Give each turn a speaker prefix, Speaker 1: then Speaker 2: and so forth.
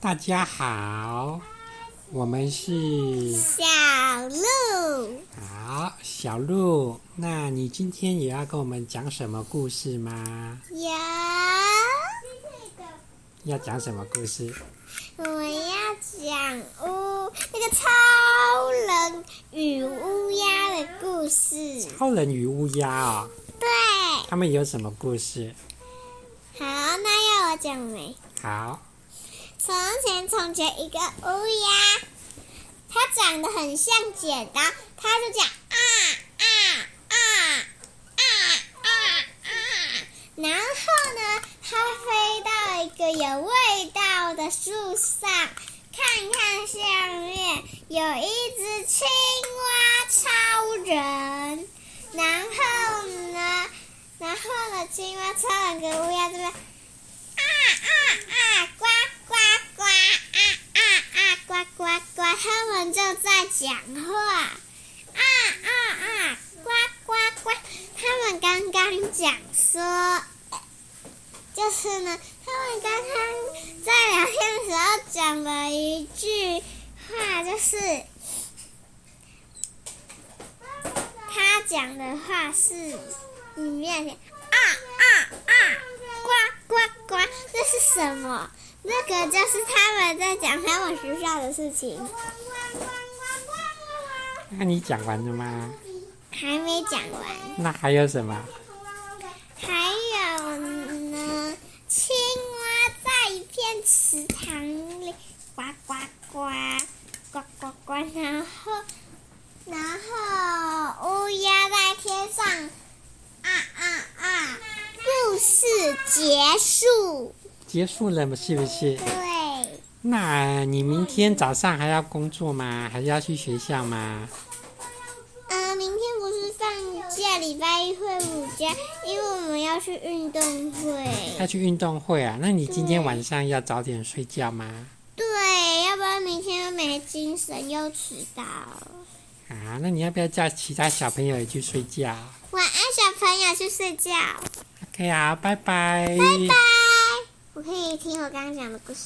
Speaker 1: 大家好，我们是
Speaker 2: 小鹿
Speaker 1: 好小鹿。那你今天也要跟我们讲什么故事吗？
Speaker 2: 有，
Speaker 1: 要讲什么故事？
Speaker 2: 我们要讲乌那个超人与乌鸦的故事。
Speaker 1: 超人与乌鸦哦，
Speaker 2: 对，
Speaker 1: 他们有什么故事？
Speaker 2: 好，那要我讲没？
Speaker 1: 好，
Speaker 2: 从前，从前一个乌鸦，它长得很像剪刀，它就讲啊啊啊啊啊啊，然后呢，它飞到一个有味道的树上，看看下面有一只青蛙超人，然后呢，然后呢，青蛙超人跟乌鸦这边。啊啊啊！呱呱呱！啊啊啊！呱呱呱！他们就在讲话。啊啊啊！呱呱呱！他们刚刚讲说，就是呢，他们刚刚在聊天的时候讲了一句话，就是他讲的话是里面的啊啊啊！呱呱呱！这是什么？那个就是他们在讲他们学校的事情，
Speaker 1: 那你讲完了吗？
Speaker 2: 还没讲完。
Speaker 1: 那还有什么？
Speaker 2: 还有呢，青蛙在一片池塘里呱呱呱呱呱呱，然后然后乌鸦在天上啊啊啊！故事结束。
Speaker 1: 结束了是不是？
Speaker 2: 对，
Speaker 1: 那你明天早上还要工作吗？还要去学校吗？
Speaker 2: 呃，明天不是放假，礼拜一会补假，因为我们要去运动
Speaker 1: 要
Speaker 2: 会。
Speaker 1: 去运动会啊？那你今天晚上要早点睡觉吗？
Speaker 2: 对，要不然明天又没精神，又迟到。
Speaker 1: 啊，那你要不要叫其他小朋友也去睡觉
Speaker 2: 晚安，小朋友，去睡觉。
Speaker 1: ？OK 啊，拜拜。
Speaker 2: 拜拜。我可以听我刚刚讲的故事。